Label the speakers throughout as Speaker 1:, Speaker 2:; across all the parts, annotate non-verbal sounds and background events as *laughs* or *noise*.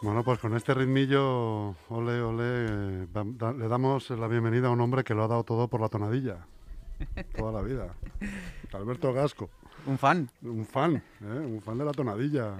Speaker 1: Bueno, pues con este ritmillo, ole, ole, eh, da- da- le damos la bienvenida a un hombre que lo ha dado todo por la tonadilla. Toda la vida. Alberto Gasco,
Speaker 2: Un fan.
Speaker 1: un fan, ¿eh? un fan de la tonadilla.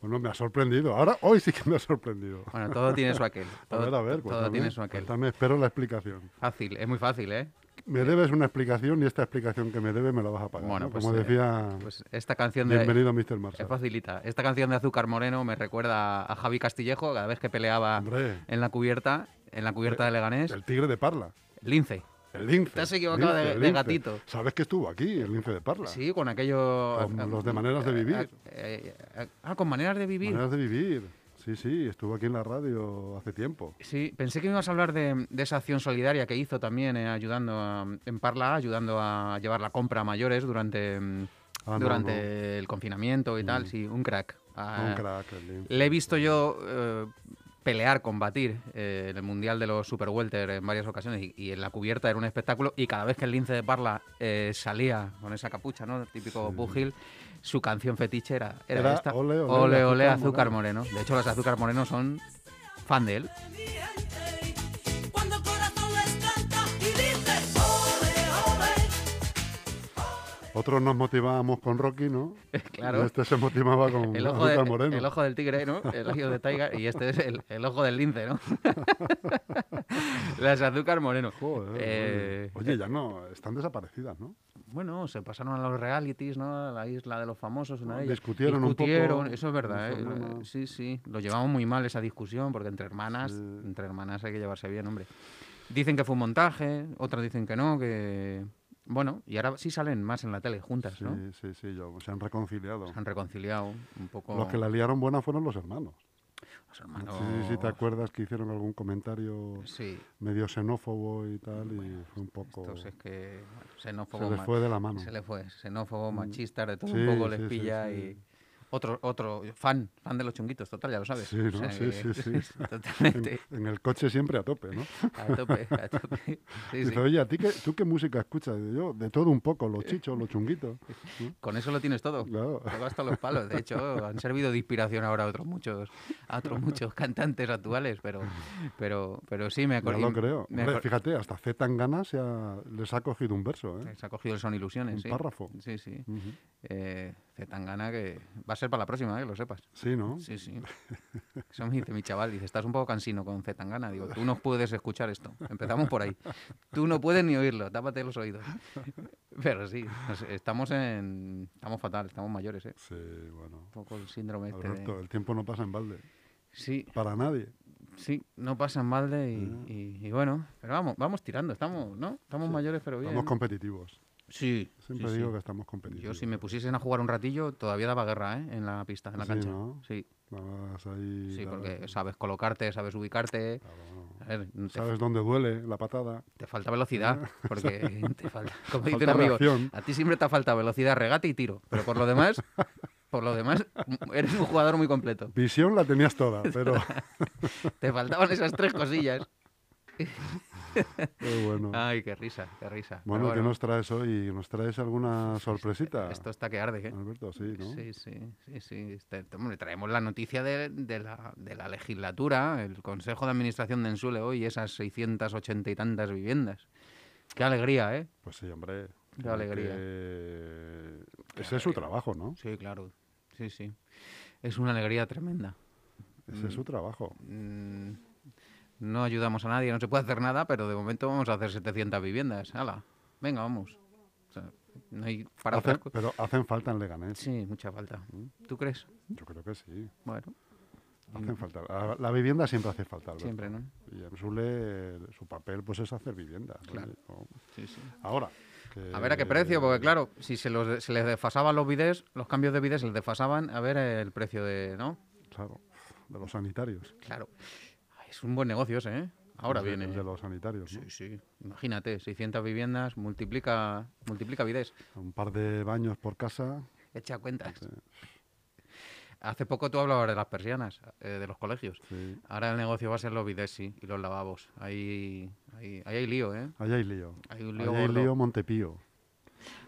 Speaker 1: Bueno, me ha sorprendido. Ahora, hoy sí que me ha sorprendido.
Speaker 2: Bueno, todo tiene su aquel.
Speaker 1: *laughs* A
Speaker 2: Todo,
Speaker 1: ver, a ver,
Speaker 2: todo
Speaker 1: cuéntame,
Speaker 2: tiene su aquel.
Speaker 1: cuéntame, espero la explicación.
Speaker 2: Fácil, es muy fácil, ¿eh?
Speaker 1: Me debes una explicación y esta explicación que me debe me la vas a pagar.
Speaker 2: Bueno,
Speaker 1: ¿no?
Speaker 2: pues,
Speaker 1: Como
Speaker 2: eh,
Speaker 1: decía,
Speaker 2: Pues esta canción de...
Speaker 1: bienvenido Mr. Marshall.
Speaker 2: Es facilita. Esta canción de Azúcar Moreno me recuerda a Javi Castillejo, cada vez que peleaba
Speaker 1: Hombre.
Speaker 2: en la cubierta, en la cubierta de Leganés.
Speaker 1: El tigre de Parla.
Speaker 2: Lince.
Speaker 1: El lince.
Speaker 2: Te has equivocado de-
Speaker 1: el
Speaker 2: de gatito.
Speaker 1: ¿Sabes que estuvo aquí, el lince de Parla?
Speaker 2: Sí, con aquello...
Speaker 1: Con los de maneras de vivir.
Speaker 2: eh, eh, ah, con maneras de vivir.
Speaker 1: Maneras de vivir. Sí, sí, estuvo aquí en la radio hace tiempo.
Speaker 2: Sí, pensé que íbamos a hablar de, de esa acción solidaria que hizo también eh, ayudando a- en Parla, ayudando a llevar la compra a mayores durante, mm,
Speaker 1: Ah, no,
Speaker 2: durante
Speaker 1: no.
Speaker 2: el confinamiento y tal. Sí, un crack. Ah,
Speaker 1: Mm. Un crack, el lince.
Speaker 2: Le he visto yo eh, pelear, combatir eh, en el Mundial de los Super Welter en varias ocasiones y, y en la cubierta era un espectáculo y cada vez que el lince de Parla eh, salía con esa capucha, ¿no? El típico Bugil, su canción fetiche era, era
Speaker 1: Era
Speaker 2: esta.
Speaker 1: Ole, Ole,
Speaker 2: ole, ole,
Speaker 1: Azúcar
Speaker 2: azúcar moreno. De hecho, los azúcar moreno son fan de él.
Speaker 3: Cuando el corazón les canta y dice, ole, ole.
Speaker 1: Otros nos motivábamos con Rocky, ¿no?
Speaker 2: *laughs* Claro.
Speaker 1: Y este se motivaba con *laughs*
Speaker 2: *laughs* El ojo, de-
Speaker 1: Azúcar Moreno.
Speaker 2: el ojo del tigre, ¿no? El ojo de Tiger y este es el, el ojo del lince, ¿no? *laughs* Las azúcar moreno.
Speaker 1: Joder,
Speaker 2: Eh,
Speaker 1: oye. Oye, ya no, están desaparecidas, ¿no?
Speaker 2: Bueno, se pasaron a los realities, ¿no? A la isla de los famosos, una
Speaker 1: Ah,
Speaker 2: de ellas.
Speaker 1: discutieron un poco
Speaker 2: Discutieron, eso es verdad,
Speaker 1: los
Speaker 2: ¿eh?
Speaker 1: hermanos.
Speaker 2: Sí, sí. Lo llevamos muy mal esa discusión, porque entre hermanas,
Speaker 1: Sí.
Speaker 2: entre hermanas hay que llevarse bien, hombre. Dicen que fue un montaje, otras dicen que no, que... Bueno, y ahora sí salen más en la tele juntas,
Speaker 1: Sí,
Speaker 2: Pues ¿no?
Speaker 1: sí, sí, yo, se han reconciliado.
Speaker 2: Se han reconciliado Ah, un poco
Speaker 1: Los que la liaron buena fueron los hermanos.
Speaker 2: los hermanos.
Speaker 1: No sé si- si te acuerdas que hicieron algún comentario
Speaker 2: Sí,
Speaker 1: medio xenófobo y tal, y fue un poco...
Speaker 2: entonces es que bueno, xenófobo
Speaker 1: se les
Speaker 2: ma-
Speaker 1: fue de la mano.
Speaker 2: se le fue, xenófobo, machista, de todo
Speaker 1: Sí,
Speaker 2: un poco
Speaker 1: sí,
Speaker 2: les
Speaker 1: sí,
Speaker 2: pilla
Speaker 1: sí.
Speaker 2: y otro, otro fan, fan de los chunguitos, total, ya lo sabes.
Speaker 1: Sí, ¿no? Sí,
Speaker 2: que-
Speaker 1: sí, sí.
Speaker 2: *laughs* Totalmente.
Speaker 1: *laughs* En, en el coche siempre a tope, ¿no? *laughs*
Speaker 2: A tope, a tope. Sí,
Speaker 1: Dice,
Speaker 2: sí.
Speaker 1: oye, ¿a ti qué, ¿tú qué música escuchas? Digo yo, de todo un poco, los chichos, los
Speaker 2: *laughs*
Speaker 1: chunguitos. ¿no?
Speaker 2: Con eso lo tienes todo.
Speaker 1: Claro.
Speaker 2: Todo hasta los palos. De hecho, han servido de inspiración ahora a otros muchos, a otros muchos cantantes actuales, pero,
Speaker 1: *laughs*
Speaker 2: pero, pero sí me
Speaker 1: Ya
Speaker 2: acuerdo.
Speaker 1: lo creo.
Speaker 2: Me
Speaker 1: Hombre,
Speaker 2: acor-
Speaker 1: fíjate, hasta Z Tangana se ha- les ha cogido un verso, ¿eh?
Speaker 2: Se ha cogido el son ilusiones.
Speaker 1: Un
Speaker 2: sí.
Speaker 1: párrafo.
Speaker 2: Sí, sí.
Speaker 1: Ujú.
Speaker 2: Eh, Zetangana que va a ser para la próxima, eh, que lo sepas.
Speaker 1: Sí, ¿no?
Speaker 2: Sí, sí. Eso me dice mi chaval. Dice, estás un poco cansino con Zetangana. Digo, tú no puedes escuchar esto. Empezamos por ahí. Tú no puedes ni oírlo. Tápate los oídos. Pero sí, no sé, estamos en... Estamos fatal, estamos mayores, ¿eh?
Speaker 1: Sí, bueno.
Speaker 2: Un poco el síndrome este de-
Speaker 1: Alberto, el tiempo no pasa en balde.
Speaker 2: Sí,
Speaker 1: Para nadie.
Speaker 2: sí, no pasa en balde y,
Speaker 1: Mm.
Speaker 2: y- y bueno. Pero vamos, vamos tirando. Estamos, ¿no? Estamos mayores, pero bien.
Speaker 1: Estamos competitivos.
Speaker 2: Sí,
Speaker 1: Siempre
Speaker 2: sí,
Speaker 1: digo
Speaker 2: sí.
Speaker 1: que estamos competitivos.
Speaker 2: Yo si me pusiesen a jugar un ratillo, todavía daba guerra, ¿eh? En la pista, en la
Speaker 1: Sí,
Speaker 2: cancha.
Speaker 1: ¿no?
Speaker 2: Sí,
Speaker 1: Vas ahí,
Speaker 2: sí,
Speaker 1: la-
Speaker 2: porque sabes colocarte, sabes ubicarte. A ver, te
Speaker 1: Sabes dónde duele la patada.
Speaker 2: Te falta velocidad,
Speaker 1: *laughs*
Speaker 2: porque te falta, como dice un
Speaker 1: Falta
Speaker 2: amigo,
Speaker 1: reacción.
Speaker 2: a ti siempre te falta velocidad, regate y tiro, pero por lo demás, por lo demás, eres un jugador muy completo.
Speaker 1: Visión la tenías
Speaker 2: *laughs*
Speaker 1: toda, pero,
Speaker 2: Te faltaban esas tres cosillas.
Speaker 1: pero bueno.
Speaker 2: Ay, qué risa, qué risa. Pero
Speaker 1: Bueno, ¿qué nos traes hoy? ¿Nos traes alguna sorpresita?
Speaker 2: Esto está que arde, ¿eh?
Speaker 1: Alberto, sí, ¿no?
Speaker 2: Sí, sí, sí, sí. Este- hombre, traemos la noticia de, de la, de la legislatura, el Consejo de Administración de Ensule hoy, esas 680 y tantas viviendas. Qué alegría, ¿eh?
Speaker 1: Pues sí, hombre.
Speaker 2: Qué
Speaker 1: porque
Speaker 2: alegría.
Speaker 1: Ese es su
Speaker 2: alegría.
Speaker 1: trabajo, ¿no?
Speaker 2: Sí, claro. Sí, sí. Es una alegría tremenda.
Speaker 1: Ese es su trabajo.
Speaker 2: Mm, No ayudamos a nadie, no se puede hacer nada, pero de momento vamos a hacer 700 viviendas. ¡Hala! Venga, vamos. O sea, no hay para
Speaker 1: Hacen-
Speaker 2: otras co-
Speaker 1: pero hacen falta en Leganés.
Speaker 2: Sí, mucha falta. ¿Tú crees?
Speaker 1: Yo creo que sí.
Speaker 2: Bueno,
Speaker 1: Hacen falta. La, la vivienda siempre hace falta, Alberto.
Speaker 2: Mm. siempre, ¿no?
Speaker 1: Y en Sule, eh, su papel pues es hacer vivienda. ¿no?
Speaker 2: Claro.
Speaker 1: O-
Speaker 2: Sí, sí.
Speaker 1: Ahora.
Speaker 2: A ver a qué precio,
Speaker 1: eh,
Speaker 2: porque claro, si se, los de- se les desfasaban los bidés, los cambios de bidés se les desfasaban, a ver el precio de. ¿No?
Speaker 1: Claro, de los sanitarios.
Speaker 2: Claro. Ay, Es un buen negocio ese, ¿eh? Ahora
Speaker 1: El de-
Speaker 2: viene.
Speaker 1: el De los sanitarios, ¿no?
Speaker 2: Sí, sí. Imagínate, 600 viviendas, multiplica, multiplica vides.
Speaker 1: Un par de baños por casa.
Speaker 2: Echa cuentas. Hace poco tú hablabas de las persianas, eh, de los colegios.
Speaker 1: Sí.
Speaker 2: Ahora el negocio va a ser los vides, sí, y los lavabos. Ahí, ahí, ahí hay lío, ¿eh?
Speaker 1: Ahí hay lío.
Speaker 2: Hay un lío
Speaker 1: Ahí hay
Speaker 2: gordo.
Speaker 1: lío Montepío.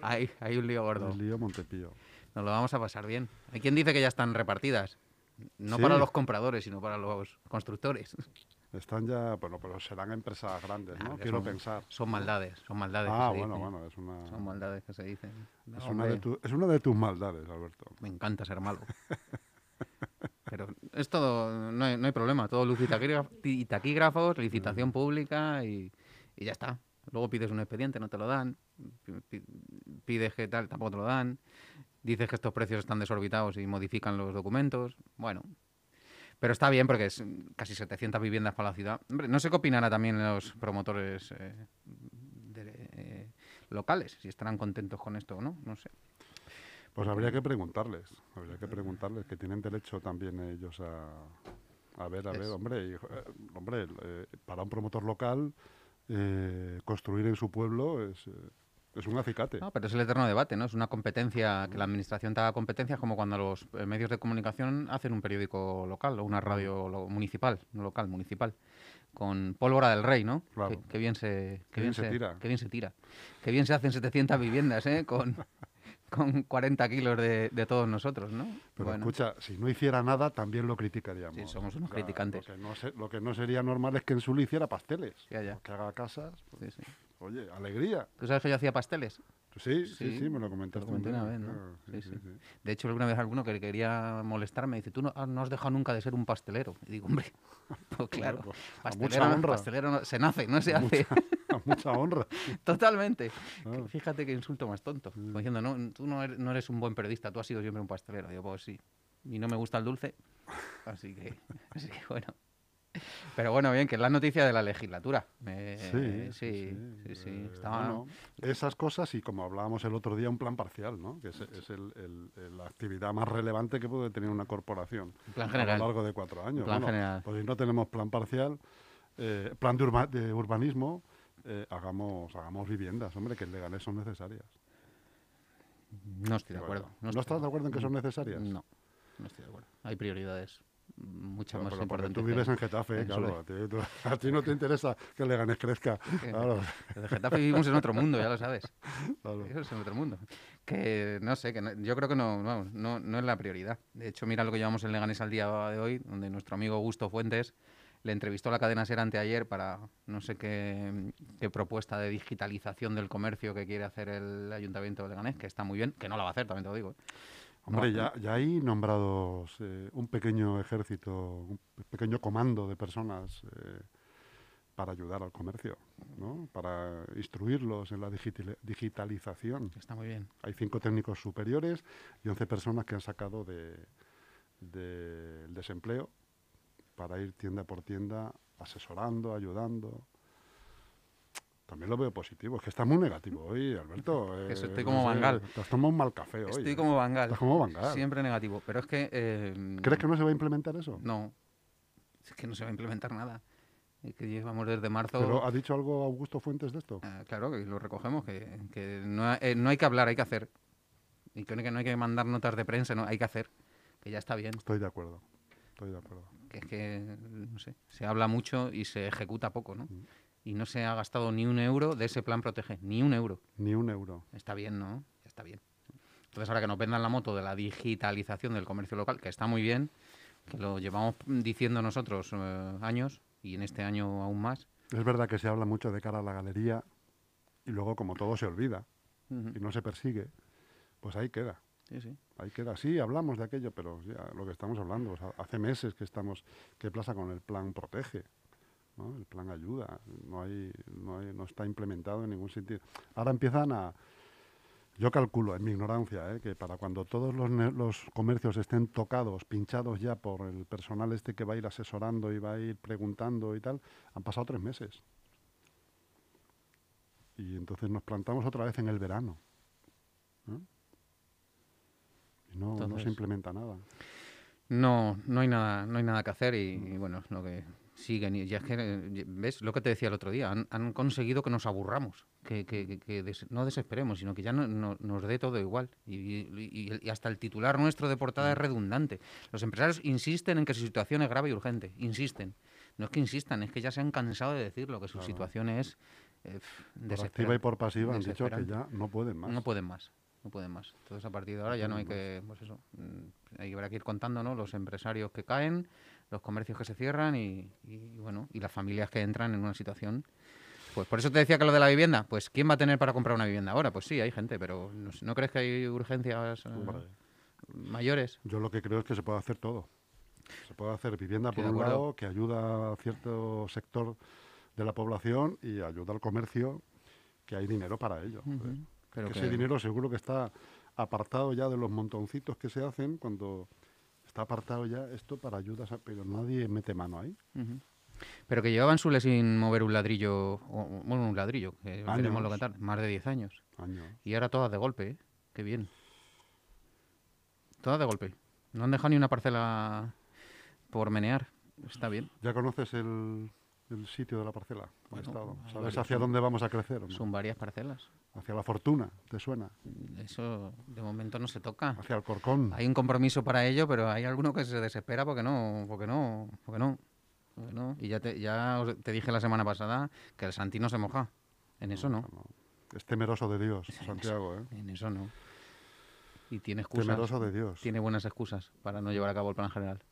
Speaker 2: Hay, hay un lío gordo.
Speaker 1: Hay lío Montepío.
Speaker 2: Nos lo vamos a pasar bien. Hay quien dice que ya están repartidas. No
Speaker 1: Sí.
Speaker 2: para los compradores, sino para los constructores.
Speaker 1: Están ya, bueno, pero serán empresas grandes, Pues
Speaker 2: Ah, *laughs*
Speaker 1: ¿no?
Speaker 2: que
Speaker 1: Quiero
Speaker 2: son-
Speaker 1: pensar.
Speaker 2: Son maldades, son maldades. que
Speaker 1: Ah,
Speaker 2: se
Speaker 1: bueno,
Speaker 2: dicen.
Speaker 1: bueno, es una,
Speaker 2: Son maldades que se dicen. No,
Speaker 1: es, una de
Speaker 2: hombre,
Speaker 1: tu- es una de tus maldades, Alberto.
Speaker 2: Me encanta ser malo. Pero es todo, no hay, no hay problema. Todo luz y taquígraf- y taquígrafos, licitación pública y, y ya está. Luego pides un expediente, no te lo dan. Pi- pi- Pides que tal, tampoco te lo dan. Dices que estos precios están desorbitados y modifican los documentos. Bueno. Pero está bien porque es casi 700 viviendas para la ciudad. Hombre, no sé qué opinará también los promotores eh, de- eh, locales, si estarán contentos con esto o no, no sé.
Speaker 1: Pues habría que preguntarles, habría que preguntarles que tienen derecho también ellos a, a ver, a ver,
Speaker 2: Es-
Speaker 1: hombre, hijo, eh, hombre, el, eh, para un promotor local eh, construir en su pueblo es, eh, es un acicate.
Speaker 2: No, pero es el eterno debate, ¿no? Es una competencia, que la administración te haga competencias como cuando los eh, medios de comunicación hacen un periódico local o una radio lo- municipal, no local, municipal, con pólvora del rey, ¿no?
Speaker 1: Claro.
Speaker 2: Que, que bien se, que
Speaker 1: Qué bien se tira.
Speaker 2: Que bien se tira. Que bien se hacen 700 viviendas, ¿eh? Con, *laughs* con 40 kilos de, de todos nosotros, ¿no?
Speaker 1: Pero
Speaker 2: Bueno,
Speaker 1: escucha, si no hiciera nada también lo criticaríamos.
Speaker 2: Sí, somos unos
Speaker 1: O sea,
Speaker 2: criticantes.
Speaker 1: Lo que, no se- lo que no sería normal es que en Sulu hiciera pasteles,
Speaker 2: Ya, ya.
Speaker 1: Pues que haga casas, pues,
Speaker 2: sí, sí.
Speaker 1: oye, alegría.
Speaker 2: ¿Tú sabes que yo hacía pasteles?
Speaker 1: Pues Sí, sí, sí,
Speaker 2: Sí,
Speaker 1: me lo
Speaker 2: te lo
Speaker 1: comentaste. Ah,
Speaker 2: comenté
Speaker 1: un
Speaker 2: una
Speaker 1: día,
Speaker 2: vez, ¿no?
Speaker 1: claro,
Speaker 2: Sí, sí. De hecho, alguna vez alguno que quería molestarme dice, tú no, ah, no has dejado nunca de ser un pastelero. Y digo, hombre, *laughs* pues claro,
Speaker 1: pues, a
Speaker 2: pastelero,
Speaker 1: mucha
Speaker 2: no-
Speaker 1: honra.
Speaker 2: pastelero no- se nace, no se hace.
Speaker 1: A pues, *laughs* mucha honra.
Speaker 2: *laughs* Totalmente. Mm.
Speaker 1: Claro.
Speaker 2: Fíjate que insulto más tonto. Como diciendo, no, tú no eres, no eres un buen periodista, tú has sido siempre un pastelero. Digo, pues sí. Y no me gusta el *laughs* dulce, así que, así que bueno. Pero bueno, bien, que es la noticia de la legislatura. Eh, sí, sí, sí.
Speaker 1: eh,
Speaker 2: Estaba-
Speaker 1: bueno, esas cosas y como hablábamos el otro día, un plan parcial, ¿no? Que es, es el- el- el- la actividad más relevante que puede tener una corporación
Speaker 2: Un plan
Speaker 1: a
Speaker 2: general.
Speaker 1: lo largo de cuatro años.
Speaker 2: Plan
Speaker 1: Bueno,
Speaker 2: general.
Speaker 1: Pues si no tenemos plan parcial, eh, plan de, urba- de urbanismo, eh, hagamos, hagamos viviendas, hombre, que en Leganés son necesarias.
Speaker 2: No estoy de
Speaker 1: Bueno,
Speaker 2: acuerdo.
Speaker 1: ¿no estás de acuerdo en que son
Speaker 2: Mm,
Speaker 1: necesarias?
Speaker 2: No, no estoy de acuerdo. Hay prioridades mucho
Speaker 1: Pero-
Speaker 2: más
Speaker 1: pero porque
Speaker 2: importantes.
Speaker 1: tú vives
Speaker 2: que-
Speaker 1: en Getafe,
Speaker 2: en
Speaker 1: claro.
Speaker 2: Soler.
Speaker 1: A ti, tú- *laughs* a ti no te interesa que Leganés crezca. Claro,
Speaker 2: En Getafe vivimos en otro mundo, ya lo sabes.
Speaker 1: claro.
Speaker 2: Vivimos en otro mundo. Que no sé, que no- yo creo que no, vamos, no, no es la prioridad. De hecho, mira lo que llevamos en Leganés al día de hoy, donde nuestro amigo Augusto Fuentes le entrevistó a la cadena Ser anteayer para no sé qué, qué propuesta de digitalización del comercio que quiere hacer el Ayuntamiento de Leganés, que está muy bien, que no la va a hacer, también te lo digo. ¿eh?
Speaker 1: Hombre,
Speaker 2: No,
Speaker 1: ya, ya hay nombrados eh, un pequeño ejército, un pe- pequeño comando de personas eh, para ayudar al comercio, ¿no? para instruirlos en la digitali- digitalización.
Speaker 2: Está muy bien.
Speaker 1: Hay cinco técnicos superiores y 11 personas que han sacado del de, del desempleo para ir tienda por tienda asesorando, ayudando. También lo veo positivo. Es que está muy negativo hoy, Alberto.
Speaker 2: *laughs* Que eso
Speaker 1: eh,
Speaker 2: estoy
Speaker 1: no
Speaker 2: como
Speaker 1: sé,
Speaker 2: Bangal.
Speaker 1: Te has tomado un mal café hoy.
Speaker 2: Estoy
Speaker 1: eh.
Speaker 2: como Bangal.
Speaker 1: Estás como Bangal.
Speaker 2: Siempre negativo. Pero es que. eh,
Speaker 1: ¿Crees que no se va a implementar eso?
Speaker 2: No. Es que no se va a implementar nada. Es que llevamos desde marzo.
Speaker 1: ¿Pero ha dicho algo Augusto Fuentes de esto?
Speaker 2: Ah, claro, que lo recogemos, que, que no, ha- eh, no hay que hablar, hay que hacer. Y creo que no hay que mandar notas de prensa, no, hay que hacer. Que ya está bien.
Speaker 1: Estoy de acuerdo. Estoy de acuerdo.
Speaker 2: Que es que, no sé, se habla mucho y se ejecuta poco, ¿no? Y no se ha gastado ni un euro de ese plan Protege, ni un euro.
Speaker 1: Ni un euro.
Speaker 2: Está bien, ¿no? Ya Está bien. Entonces, ahora que nos vendan la moto de la digitalización del comercio local, que está muy bien, que lo llevamos diciendo nosotros eh, años y en este año aún más.
Speaker 1: Es verdad que se habla mucho de cara a la galería y luego como todo se olvida y no se persigue, pues ahí queda.
Speaker 2: Sí, sí.
Speaker 1: Ahí queda. Sí, hablamos de aquello, pero ya lo que estamos hablando, o sea, hace meses que estamos, ¿qué pasa con el plan protege? ¿no? El plan ayuda, no, hay, no, hay- no está implementado en ningún sentido. Ahora empiezan a, yo calculo, en mi ignorancia, ¿eh? que para cuando todos los, ne- los comercios estén tocados, pinchados ya por el personal este que va a ir asesorando y va a ir preguntando y tal, han pasado tres meses. Y entonces nos plantamos otra vez en el verano. ¿no? Y no, no se
Speaker 2: Entonces-
Speaker 1: implementa nada.
Speaker 2: No, no hay nada, no hay nada que hacer y, y bueno, es lo que siguen. Y ya es que, eh, ¿ves? Lo que te decía el otro día, han, han conseguido que nos aburramos, que, que- que- que des- no desesperemos, sino que ya no- no- nos dé todo igual. Y, y- y- y hasta el titular nuestro de portada
Speaker 1: Mm.
Speaker 2: es redundante. Los empresarios insisten en que su situación es grave y urgente, insisten. No es que insistan, es que ya se han cansado de decirlo, que su
Speaker 1: Claro.
Speaker 2: situación es eh,
Speaker 1: Por activa y
Speaker 2: desesperante.
Speaker 1: por pasiva han dicho que
Speaker 2: desesperante.
Speaker 1: ya no pueden más.
Speaker 2: No pueden más. no pueden más. Entonces, a partir de ahora ya no hay que, pues eso, mm, hay que habrá que ir contando, ¿no? Los empresarios que caen, los comercios que se cierran y, y, bueno, y las familias que entran en una situación. Pues por eso te decía que lo de la vivienda, pues ¿quién va a tener para comprar una vivienda ahora? Pues sí, hay gente, pero ¿no, s- ¿no crees que hay urgencias eh,
Speaker 1: Hombre.
Speaker 2: mayores?
Speaker 1: Yo lo que creo es que se puede hacer todo. Se puede hacer vivienda
Speaker 2: Estoy
Speaker 1: por
Speaker 2: de
Speaker 1: un
Speaker 2: acuerdo.
Speaker 1: lado que ayuda a cierto sector de la población y ayuda al comercio, que hay dinero para ello. joder.
Speaker 2: Ujú. Pero
Speaker 1: Que
Speaker 2: que-
Speaker 1: Ese dinero seguro que está apartado ya de los montoncitos que se hacen cuando está apartado ya esto para ayudas, a- pero nadie mete mano ahí.
Speaker 2: Ujú. Pero que llevaban Sule sin mover un ladrillo, o, bueno, un ladrillo, que no queremos lo
Speaker 1: Años.
Speaker 2: que tal, más de 10 años.
Speaker 1: Año.
Speaker 2: Y ahora todas de golpe, ¿eh? Qué bien. Todas de golpe. No han dejado ni una parcela por menear. Está bien.
Speaker 1: ¿Ya conoces el, el sitio de la parcela? Ha
Speaker 2: Bueno,
Speaker 1: estado.
Speaker 2: hay
Speaker 1: ¿Sabes
Speaker 2: varios,
Speaker 1: hacia
Speaker 2: son-
Speaker 1: dónde vamos a crecer? o no?
Speaker 2: Son varias parcelas.
Speaker 1: Hacia la fortuna, ¿te suena?
Speaker 2: Eso de momento no se toca.
Speaker 1: Hacia el corcón.
Speaker 2: Hay un compromiso para ello, pero hay alguno que se desespera porque no, porque no, porque no. porque no. Y ya te, ya os- te dije la semana pasada que el Santino se moja. En eso no.
Speaker 1: Es temeroso Este de Dios, Santiago, ¿eh?
Speaker 2: En eso no. Y tiene excusas.
Speaker 1: Temeroso de Dios.
Speaker 2: tiene buenas excusas para no llevar a cabo el plan general.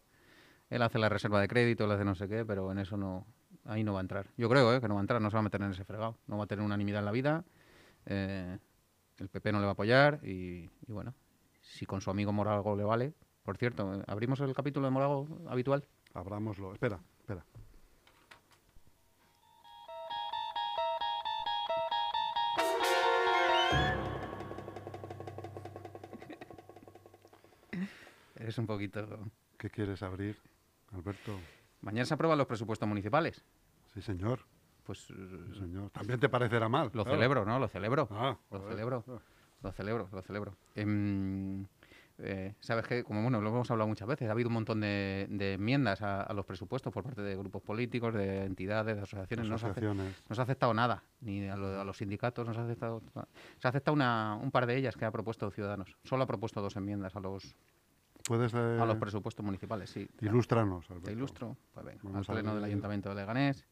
Speaker 2: Él hace la reserva de crédito, él hace no sé qué, pero en eso no, ahí no va a entrar. Yo creo ¿eh? que no va a entrar, no se va a meter en ese fregado. No va a tener unanimidad en la vida, eh, el PP no le va a apoyar y, y bueno, si con su amigo Morago le vale. Por cierto, eh, ¿abrimos el capítulo de Morago habitual?
Speaker 1: Abrámoslo. Espera, espera.
Speaker 2: Es un poquito...
Speaker 1: ¿Qué quieres abrir, Alberto?
Speaker 2: Mañana se aprueban los presupuestos municipales.
Speaker 1: Sí, señor.
Speaker 2: Pues eh,
Speaker 1: sí, señor. También te parecerá mal.
Speaker 2: lo
Speaker 1: claro.
Speaker 2: celebro, ¿no? Lo celebro.
Speaker 1: Ah,
Speaker 2: Lo
Speaker 1: joder.
Speaker 2: celebro. Lo celebro, lo celebro. Em, eh, Sabes que, como bueno, lo hemos hablado muchas veces, ha habido un montón de, de enmiendas a, a los presupuestos por parte de grupos políticos, de entidades, de asociaciones. No se, hace-
Speaker 1: Asociaciones.
Speaker 2: no se ha aceptado nada, ni a, lo- a los sindicatos, no se ha aceptado. na- Se ha aceptado una- un par de ellas que ha propuesto Ciudadanos. Solo ha propuesto dos enmiendas a los,
Speaker 1: Puedes. eh,
Speaker 2: a los presupuestos municipales, sí.
Speaker 1: ilústranos, Alberto.
Speaker 2: Te ilustro. Pues venga,
Speaker 1: Vamos a
Speaker 2: al pleno
Speaker 1: ver.
Speaker 2: del Ayuntamiento de Leganés.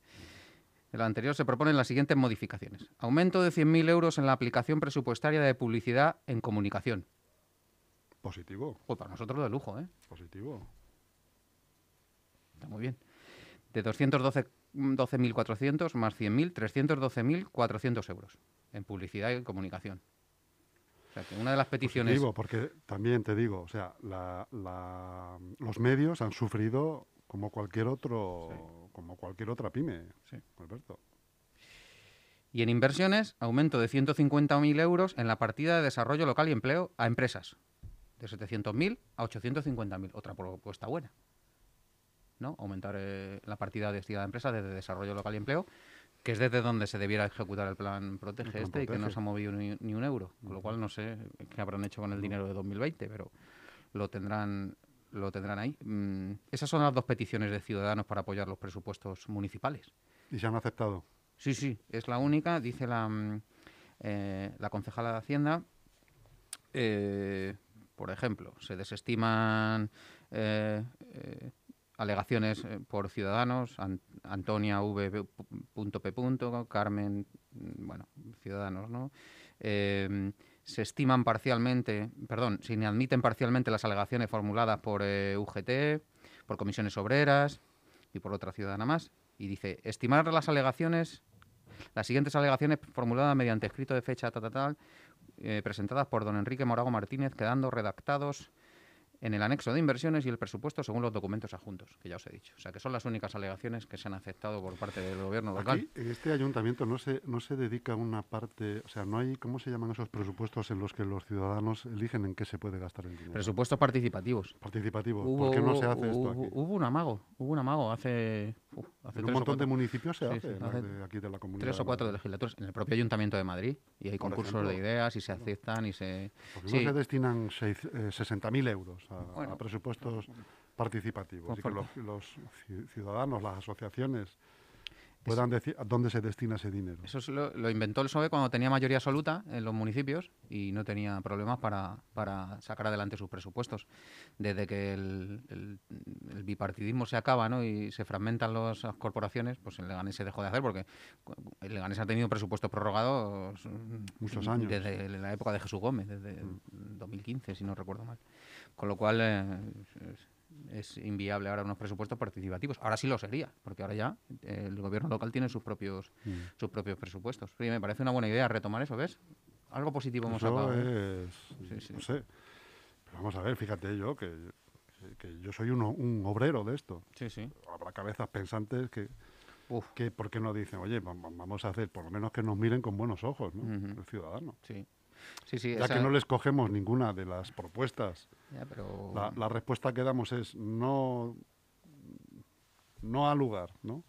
Speaker 2: De la anterior se proponen las siguientes modificaciones. Aumento de 100.000 euros en la aplicación presupuestaria de publicidad en comunicación.
Speaker 1: Positivo,
Speaker 2: Pues para nosotros de lujo, ¿eh?
Speaker 1: positivo.
Speaker 2: Está muy bien. De 212 12.400 más 100.000, 312.400 euros en publicidad y en comunicación. O sea, que una de las peticiones...
Speaker 1: Positivo, porque también te digo, o sea, la- la- los medios han sufrido como cualquier otro, como cualquier otra pyme,
Speaker 2: Sí.
Speaker 1: Alberto.
Speaker 2: Y en inversiones, aumento de 150.000 euros en la partida de desarrollo local y empleo a empresas. De 700.000 a 850.000. Otra propuesta buena. ¿No? Aumentar eh, la partida destinada a empresas desde desarrollo local y empleo, que es desde donde se debiera ejecutar el plan Protege
Speaker 1: El plan
Speaker 2: este y que no
Speaker 1: Protege.
Speaker 2: se ha movido ni, ni un euro. Con lo cual no sé qué habrán hecho con el dinero de 2020, pero lo tendrán lo tendrán ahí. Mm, esas son las dos peticiones de Ciudadanos para apoyar los presupuestos municipales.
Speaker 1: Y se han aceptado.
Speaker 2: Sí, sí, es la única, dice la, mm, eh, la concejala de Hacienda. Eh, por ejemplo, se desestiman eh, eh, alegaciones eh, por ciudadanos, An- Antonia V.P. Carmen, mm, bueno, ciudadanos, ¿no? Eh, se estiman parcialmente, perdón, se admiten parcialmente las alegaciones formuladas por eh, UGT, por comisiones obreras y por otra ciudadana más. Y dice, estimar las alegaciones, las siguientes alegaciones formuladas mediante escrito de fecha tal, tal, tal, eh, presentadas por don Enrique Morago Martínez, quedando redactados en el anexo de inversiones y el presupuesto según los documentos adjuntos, que ya os he dicho. O sea, que son las únicas alegaciones que se han aceptado por parte del gobierno local.
Speaker 1: Aquí, en este ayuntamiento no se, no se dedica una parte, o sea, no hay, ¿cómo se llaman esos presupuestos en los que los ciudadanos eligen en qué se puede gastar el dinero?
Speaker 2: Presupuestos participativos.
Speaker 1: Participativo.
Speaker 2: Hubo,
Speaker 1: ¿Por qué no se
Speaker 2: hubo-
Speaker 1: hace esto
Speaker 2: hubo-
Speaker 1: aquí?
Speaker 2: hubo un amago, hubo un amago hace, uf, hace
Speaker 1: en
Speaker 2: tres
Speaker 1: un
Speaker 2: o
Speaker 1: montón de
Speaker 2: cuatro-
Speaker 1: municipios se
Speaker 2: Sí,
Speaker 1: hace,
Speaker 2: sí,
Speaker 1: ¿no?
Speaker 2: hace
Speaker 1: de aquí de la comunidad.
Speaker 2: tres o cuatro de legislaturas en el propio Ayuntamiento de Madrid y hay
Speaker 1: Por
Speaker 2: concursos
Speaker 1: ejemplo.
Speaker 2: de ideas y se aceptan y se
Speaker 1: ¿Por qué
Speaker 2: sí.
Speaker 1: no se destinan seis- eh, 60.000 euros a, a
Speaker 2: Bueno.
Speaker 1: presupuestos participativos?
Speaker 2: Pues
Speaker 1: Y que
Speaker 2: por-
Speaker 1: los, los ci- ciudadanos, las asociaciones puedan decir a dónde se destina ese dinero.
Speaker 2: Eso es lo, lo inventó el PSOE cuando tenía mayoría absoluta en los municipios y no tenía problemas para, para sacar adelante sus presupuestos. Desde que el, el- el bipartidismo se acaba ¿no? y se fragmentan los- las corporaciones, pues el Leganés se dejó de hacer porque cu- el Leganés ha tenido presupuestos prorrogados mm,
Speaker 1: Muchos años. Mm.
Speaker 2: Desde la época de Jesús Gómez, desde 2015, si no recuerdo mal. Con lo cual eh, es, es inviable ahora unos presupuestos participativos. Ahora sí lo sería, porque ahora ya eh, el gobierno local tiene sus propios
Speaker 1: Mm.
Speaker 2: sus propios presupuestos. Oye, me parece una buena idea retomar eso, ¿ves? Algo positivo hemos
Speaker 1: Eso
Speaker 2: sacado. ¿eh?
Speaker 1: es,
Speaker 2: Sí, sí.
Speaker 1: no sé. Pero vamos a ver, fíjate yo que, que- que yo soy uno- un obrero de esto.
Speaker 2: Sí, sí.
Speaker 1: Habrá cabezas pensantes que,
Speaker 2: Uf,
Speaker 1: que ¿por qué no dicen, oye, va- va- vamos a hacer, por lo menos que nos miren con buenos ojos, ¿no?
Speaker 2: Ujú.
Speaker 1: El ciudadano.
Speaker 2: sí. Sí, sí.
Speaker 1: Ya
Speaker 2: esa-
Speaker 1: que no les cogemos ninguna de las propuestas,
Speaker 2: Ya, pero...
Speaker 1: la, la respuesta que damos es no, no a lugar, ¿no?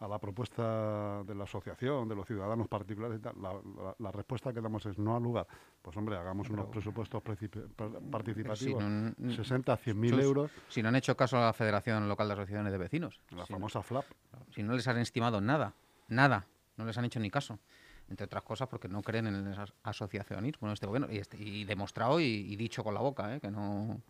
Speaker 1: A la propuesta de la asociación, de los ciudadanos particulares y tal, la, la- la respuesta que damos es no a lugar. Pues hombre, hagamos unos presupuestos precipi- par- participativos,
Speaker 2: si no- no-
Speaker 1: 60, 100 mil
Speaker 2: Chus,
Speaker 1: euros,
Speaker 2: Si no han hecho caso a la Federación Local de Asociaciones de Vecinos.
Speaker 1: la
Speaker 2: si,
Speaker 1: famosa FLAP.
Speaker 2: si no les han estimado nada, nada, no les han hecho ni caso. Entre otras cosas porque no creen en el as- asociacionismo de este gobierno. Y, este- y demostrado y, y dicho con la boca, ¿eh? que, no,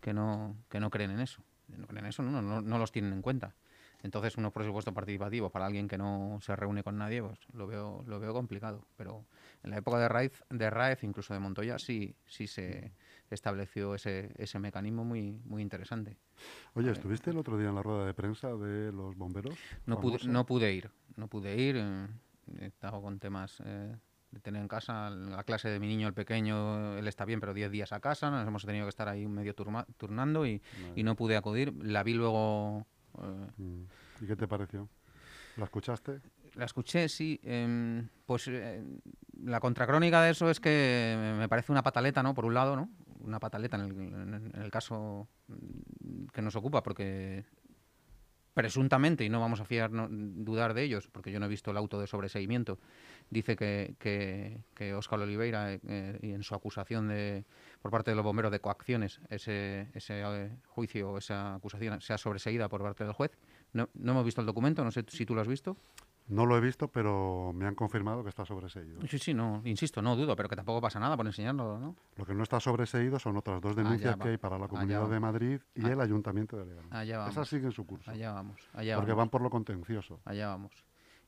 Speaker 2: que, no, que no creen en eso. No creen en eso, no, no, no los tienen en cuenta. Entonces, unos presupuestos participativos para alguien que no se reúne con nadie, pues lo veo, lo veo complicado. Pero en la época de Raez, de Raez, incluso de Montoya, sí, sí se estableció ese, ese mecanismo muy, muy interesante.
Speaker 1: Oye, ¿estuviste el otro día en la rueda de prensa de los bomberos?
Speaker 2: No pude,
Speaker 1: Famosa.
Speaker 2: no pude ir, no pude ir. eh, He estado con temas eh, de tener en casa la clase de mi niño, el pequeño, él está bien, pero 10 días a casa, nos hemos tenido que estar ahí medio turma- turnando y, y no pude acudir. La vi luego, eh,
Speaker 1: Mm. ¿Y qué te pareció? ¿La escuchaste?
Speaker 2: la escuché, sí. em, pues eh, la contracrónica de eso es que me parece una pataleta, ¿no? Por un lado, ¿no? Una pataleta en el, en- en el caso mm, que nos ocupa, porque presuntamente, y no vamos a fiar, no- dudar de ellos, porque yo no he visto el auto de sobreseimiento, dice que, que, que Óscar Oliveira, eh, eh, y en su acusación de, por parte de los bomberos de coacciones, ese, ese eh, juicio o esa acusación sea sobreseída por parte del juez. No, no hemos visto el documento, no sé si tú lo has visto.
Speaker 1: No lo he visto, pero me han confirmado que está sobreseído.
Speaker 2: Sí, sí, no, insisto, no dudo, pero que tampoco pasa nada por enseñarlo, ¿no?
Speaker 1: Lo que no está sobreseído son otras dos denuncias
Speaker 2: va.
Speaker 1: que hay para la
Speaker 2: Allá
Speaker 1: Comunidad
Speaker 2: va.
Speaker 1: de Madrid y
Speaker 2: Ah.
Speaker 1: el Ayuntamiento de Leganés.
Speaker 2: Allá vamos.
Speaker 1: Esas siguen su curso,
Speaker 2: Allá vamos, allá
Speaker 1: porque
Speaker 2: vamos.
Speaker 1: van por lo contencioso.
Speaker 2: Allá vamos.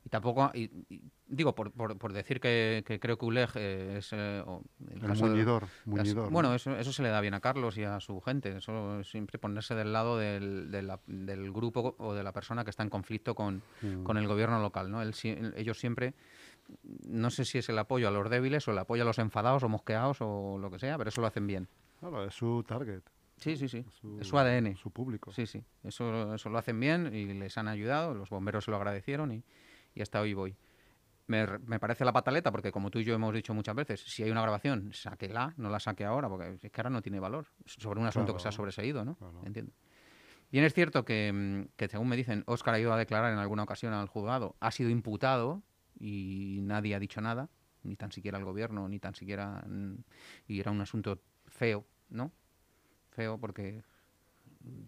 Speaker 2: Y tampoco, y- y digo, por, por- por decir que, que creo que Uleg eh, es eh, o
Speaker 1: El,
Speaker 2: caso de-
Speaker 1: muñidor,
Speaker 2: las-
Speaker 1: muñidor. ¿no?
Speaker 2: Bueno, eso, eso se le da bien a Carlos y a su gente. Eso es siempre ponerse del lado del, de la- del grupo o de la persona que está en conflicto con,
Speaker 1: Mm.
Speaker 2: con el gobierno local. ¿no? Él si- el- ellos siempre, no sé si es el apoyo a los débiles o el apoyo a los enfadados o mosqueados o lo que sea, pero eso lo hacen bien.
Speaker 1: Claro, es su target,
Speaker 2: Sí, sí, sí.
Speaker 1: su,
Speaker 2: es su ADN.
Speaker 1: su público.
Speaker 2: Sí, sí. Eso, eso lo hacen bien y les han ayudado. Los bomberos se lo agradecieron y, y hasta hoy voy. Me, r- me parece la pataleta porque, como tú y yo hemos dicho muchas veces, si hay una grabación, sáquela, no la saque ahora, porque es que ahora no tiene valor sobre un asunto que se ha
Speaker 1: Claro,
Speaker 2: sobreseído, ¿no?
Speaker 1: claro.
Speaker 2: Entiendo. Bien es cierto que, mm, que, según me dicen, Óscar ha ido a declarar en alguna ocasión al juzgado, ha sido imputado y nadie ha dicho nada, ni tan siquiera el gobierno, ni tan siquiera... mm, Y era un asunto feo, ¿no? Feo porque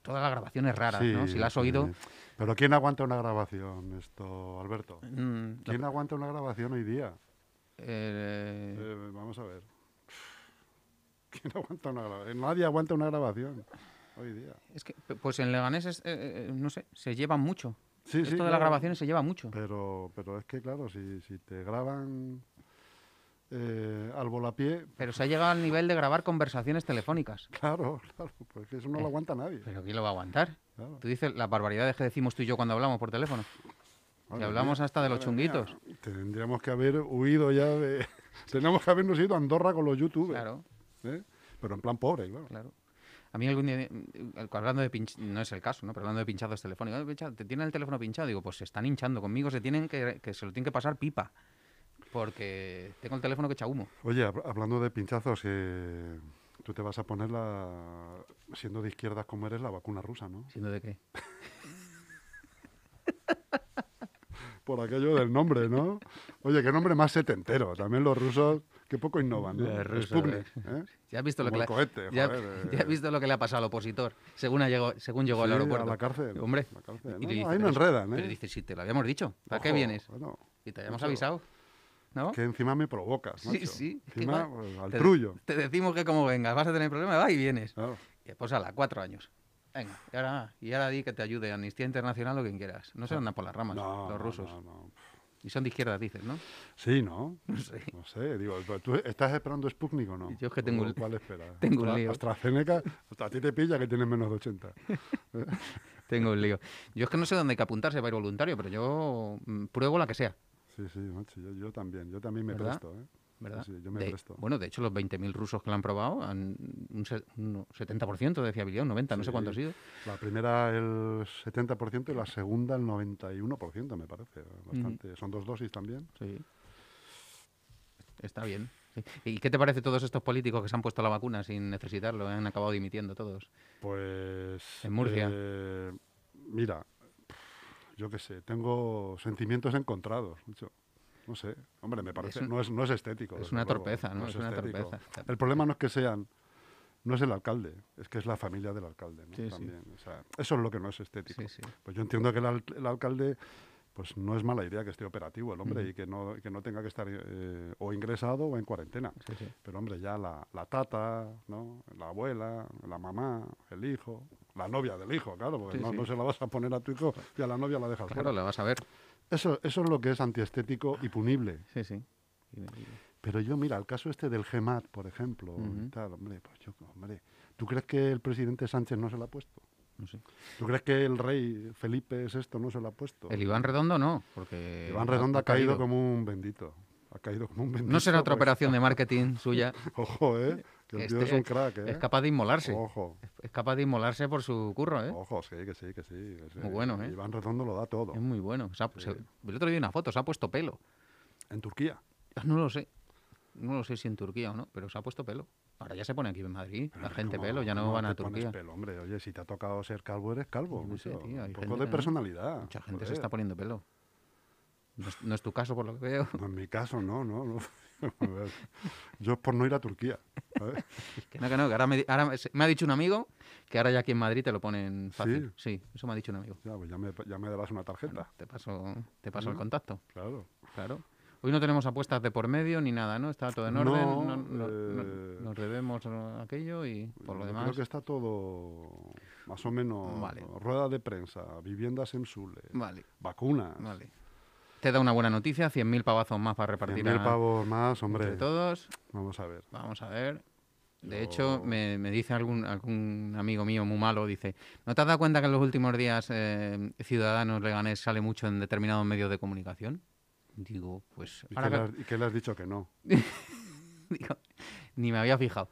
Speaker 2: toda la grabación es rara,
Speaker 1: Sí,
Speaker 2: ¿no? Si la has
Speaker 1: sí.
Speaker 2: oído...
Speaker 1: Pero ¿quién aguanta una grabación esto, Alberto?
Speaker 2: mm, la-
Speaker 1: ¿Quién aguanta una grabación hoy día?
Speaker 2: eh,
Speaker 1: Eh, vamos a ver. *laughs* ¿Quién aguanta una grabación? Nadie aguanta una grabación hoy día.
Speaker 2: es que, p- pues en Leganés, es, eh, eh, no sé, se lleva mucho.
Speaker 1: Sí,
Speaker 2: Esto
Speaker 1: sí,
Speaker 2: de
Speaker 1: claro.
Speaker 2: las grabaciones se lleva mucho.
Speaker 1: Pero, pero es que, claro, si, si te graban eh, al volapié, *laughs*
Speaker 2: Pero se ha llegado al nivel de grabar conversaciones telefónicas.
Speaker 1: claro, claro, porque eso no lo aguanta nadie.
Speaker 2: Pero ¿quién lo va a aguantar?
Speaker 1: claro.
Speaker 2: Tú dices las barbaridades que decimos tú y yo cuando hablamos por teléfono.
Speaker 1: Madre
Speaker 2: que hablamos
Speaker 1: mía,
Speaker 2: hasta de los
Speaker 1: madre mía.
Speaker 2: chunguitos.
Speaker 1: Tendríamos que haber huido ya de... *laughs* Tenemos que habernos ido a Andorra con los youtubers.
Speaker 2: Claro,
Speaker 1: ¿eh? Pero en plan pobre, claro.
Speaker 2: claro. A mí algún día, mm, hablando de pinch- no es el caso, ¿no? Pero hablando de pinchados telefónicos, "Ay, pinchado, te tienen el teléfono pinchado, digo, pues se están hinchando conmigo, se tienen que, que se lo tienen que pasar pipa, porque tengo el teléfono que echa humo.
Speaker 1: Oye, hab- hablando de pinchazos, eh, tú te vas a poner la... Siendo de izquierdas como eres, la vacuna rusa, ¿no?
Speaker 2: ¿Siendo de qué?
Speaker 1: por aquello del nombre,
Speaker 2: *laughs*
Speaker 1: ¿no? Oye, qué nombre más setentero. También los rusos, qué poco innovan, ¿no?
Speaker 2: Los rusos,
Speaker 1: Sputnik, ¿eh?
Speaker 2: Ya has visto lo que
Speaker 1: Como
Speaker 2: le
Speaker 1: el cohete,
Speaker 2: ya,
Speaker 1: joder, eh.
Speaker 2: ya has visto lo que le ha pasado al opositor, según ha llegado, según llegó al
Speaker 1: Sí,
Speaker 2: aeropuerto.
Speaker 1: a la cárcel,
Speaker 2: Hombre.
Speaker 1: a la cárcel. No,
Speaker 2: y le
Speaker 1: no,
Speaker 2: dice,
Speaker 1: ahí no
Speaker 2: pero-
Speaker 1: enredan, ¿eh?
Speaker 2: Pero dice, si te lo habíamos dicho, ¿para qué
Speaker 1: Ojo,
Speaker 2: vienes?
Speaker 1: bueno,
Speaker 2: Y te habíamos
Speaker 1: ojo.
Speaker 2: avisado, ¿no?
Speaker 1: que encima me provocas,
Speaker 2: Sí,
Speaker 1: macho.
Speaker 2: sí. que
Speaker 1: Encima,
Speaker 2: va-
Speaker 1: pues, al
Speaker 2: te-
Speaker 1: trullo.
Speaker 2: Te decimos que como vengas vas a tener problemas, va y vienes.
Speaker 1: Claro.
Speaker 2: Y pues ala, cuatro años. Venga, y ahora, y ahora di que te ayude Amnistía Internacional o quien quieras. No se andan por las ramas
Speaker 1: Ah. No, no,
Speaker 2: los rusos.
Speaker 1: no, no.
Speaker 2: Y son de izquierdas, dices, ¿no?
Speaker 1: Sí, ¿no?
Speaker 2: *laughs* No sé.
Speaker 1: No sé, digo, pero ¿tú estás esperando Sputnik o no?
Speaker 2: Yo es que tengo
Speaker 1: ¿O
Speaker 2: un- *laughs*
Speaker 1: ¿Cuál esperas?
Speaker 2: tengo un
Speaker 1: Astra-
Speaker 2: lío. *laughs*
Speaker 1: AstraZeneca, hasta a ti te pilla que tienes menos de 80.
Speaker 2: Tengo un lío. Yo es que no sé dónde hay que apuntarse para ir voluntario, pero yo mm, pruebo la que sea,
Speaker 1: Sí, sí, macho, yo, yo también, yo también me
Speaker 2: ¿Verdad?
Speaker 1: presto, ¿eh? Sí,
Speaker 2: ¿verdad?
Speaker 1: Sí, yo me
Speaker 2: De-
Speaker 1: presto.
Speaker 2: Bueno, de hecho, los 20.000 rusos que lo han probado han un, se- un 70% de fiabilidad, un 90%, no sé
Speaker 1: Sí.
Speaker 2: cuánto ha sido.
Speaker 1: La primera el 70% y la segunda el 91%, me parece. Bastante. Son dos dosis también.
Speaker 2: Sí. Está bien. sí. ¿Y qué te parece todos estos políticos que se han puesto la vacuna sin necesitarlo? eh? Han acabado dimitiendo todos.
Speaker 1: Pues.
Speaker 2: En Murcia.
Speaker 1: eh, mira, yo qué sé, tengo sentimientos encontrados, mucho. No sé, hombre, me parece,
Speaker 2: un-
Speaker 1: no, es, no es estético.
Speaker 2: es
Speaker 1: desde
Speaker 2: una
Speaker 1: luego,
Speaker 2: torpeza, ¿no? Es una
Speaker 1: estético.
Speaker 2: torpeza. eh.
Speaker 1: El problema no es que sean, no es el alcalde, es que es la familia del alcalde, ¿no?
Speaker 2: Sí, sí.
Speaker 1: También, o sea, eso es lo que no es estético.
Speaker 2: Sí, sí.
Speaker 1: Pues yo entiendo que el, al- el alcalde, pues no es mala idea que esté operativo el hombre y que no, que no tenga que estar eh, o ingresado o en cuarentena.
Speaker 2: Sí, sí.
Speaker 1: Pero hombre, ya la, la tata, ¿no? la abuela, la mamá, el hijo, la novia del hijo, claro, porque
Speaker 2: Sí,
Speaker 1: no,
Speaker 2: sí.
Speaker 1: no se la vas a poner a tu hijo y a la novia la dejas
Speaker 2: Claro,
Speaker 1: fuera.
Speaker 2: la vas a ver.
Speaker 1: Eso, eso es lo que es antiestético y punible.
Speaker 2: Sí, sí.
Speaker 1: Pero yo, mira, el caso este del GEMAT, por ejemplo, y
Speaker 2: Ujú.
Speaker 1: tal, hombre, pues yo, hombre, ¿tú crees que el presidente Sánchez no se la ha puesto?
Speaker 2: No sé.
Speaker 1: ¿Tú crees que el rey Felipe VI no se la ha puesto?
Speaker 2: El Iván Redondo no, porque...
Speaker 1: Iván Redondo ha caído como un bendito. Ha caído como un pues. bendito.
Speaker 2: No será otra
Speaker 1: porque-
Speaker 2: operación
Speaker 1: *laughs*
Speaker 2: de marketing suya.
Speaker 1: Ojo, ¿eh? Que el
Speaker 2: que
Speaker 1: tío
Speaker 2: este-
Speaker 1: es un crack, ¿eh?
Speaker 2: Es capaz de inmolarse.
Speaker 1: Ojo,
Speaker 2: Es capaz de inmolarse por su curro, ¿eh?
Speaker 1: ojo, sí, que sí, que sí. que sí.
Speaker 2: Muy bueno, ¿eh?
Speaker 1: Iván Redondo lo da todo.
Speaker 2: Es muy bueno. Se ha- se- el otro día vi una foto, se ha puesto pelo.
Speaker 1: En Turquía.
Speaker 2: No lo sé. No lo sé si en Turquía o no, pero se ha puesto pelo. Ahora ya se pone aquí en Madrid,
Speaker 1: Pero
Speaker 2: la
Speaker 1: hombre,
Speaker 2: gente
Speaker 1: ¿cómo-
Speaker 2: pelo, ya no
Speaker 1: cómo
Speaker 2: van a
Speaker 1: te pones
Speaker 2: Turquía.
Speaker 1: pelo, hombre? Oye, si te ha tocado ser calvo, eres calvo.
Speaker 2: Yo no sé,
Speaker 1: macho.
Speaker 2: tío, hay
Speaker 1: un
Speaker 2: gente
Speaker 1: poco
Speaker 2: que
Speaker 1: de
Speaker 2: no-
Speaker 1: personalidad.
Speaker 2: Mucha gente se
Speaker 1: joder.
Speaker 2: está poniendo pelo. No es, no es tu caso, por lo que veo.
Speaker 1: No,
Speaker 2: *laughs*
Speaker 1: en mi caso, no, no. *laughs* no. Yo es por no ir a Turquía. ¿sabes?
Speaker 2: Que no, que no, que ahora, me, di- ahora me- se- me ha dicho un amigo que ahora ya aquí en Madrid te lo ponen fácil. Sí, eso me ha dicho un amigo.
Speaker 1: Ya, pues ya, me, ya me darás una tarjeta.
Speaker 2: Te paso, te paso el contacto,
Speaker 1: Claro.
Speaker 2: claro. Hoy no tenemos apuestas de por medio ni nada, ¿no? Está todo en orden,
Speaker 1: No,
Speaker 2: no- no- no-
Speaker 1: eh,
Speaker 2: nos debemos eh, aquello y por lo
Speaker 1: Yo
Speaker 2: demás...
Speaker 1: Creo que está todo más o menos.
Speaker 2: Vale.
Speaker 1: Rueda de prensa, viviendas en Sule,
Speaker 2: Vale,
Speaker 1: vacunas.
Speaker 2: vale. Te da una buena noticia, 100.000 pavazos más para repartir
Speaker 1: 100.000
Speaker 2: a-
Speaker 1: pavos más, hombre.
Speaker 2: entre todos.
Speaker 1: Vamos a ver.
Speaker 2: Vamos a ver. De
Speaker 1: Yo-
Speaker 2: hecho, me, me dice algún, algún amigo mío muy malo, dice, ¿no te has dado cuenta que en los últimos días eh, Ciudadanos Leganés sale mucho en determinados medios de comunicación? Digo, pues...
Speaker 1: ¿Y qué,
Speaker 2: ahora
Speaker 1: le
Speaker 2: que- *laughs*
Speaker 1: has, y qué le has dicho que no?
Speaker 2: digo, ni me había fijado.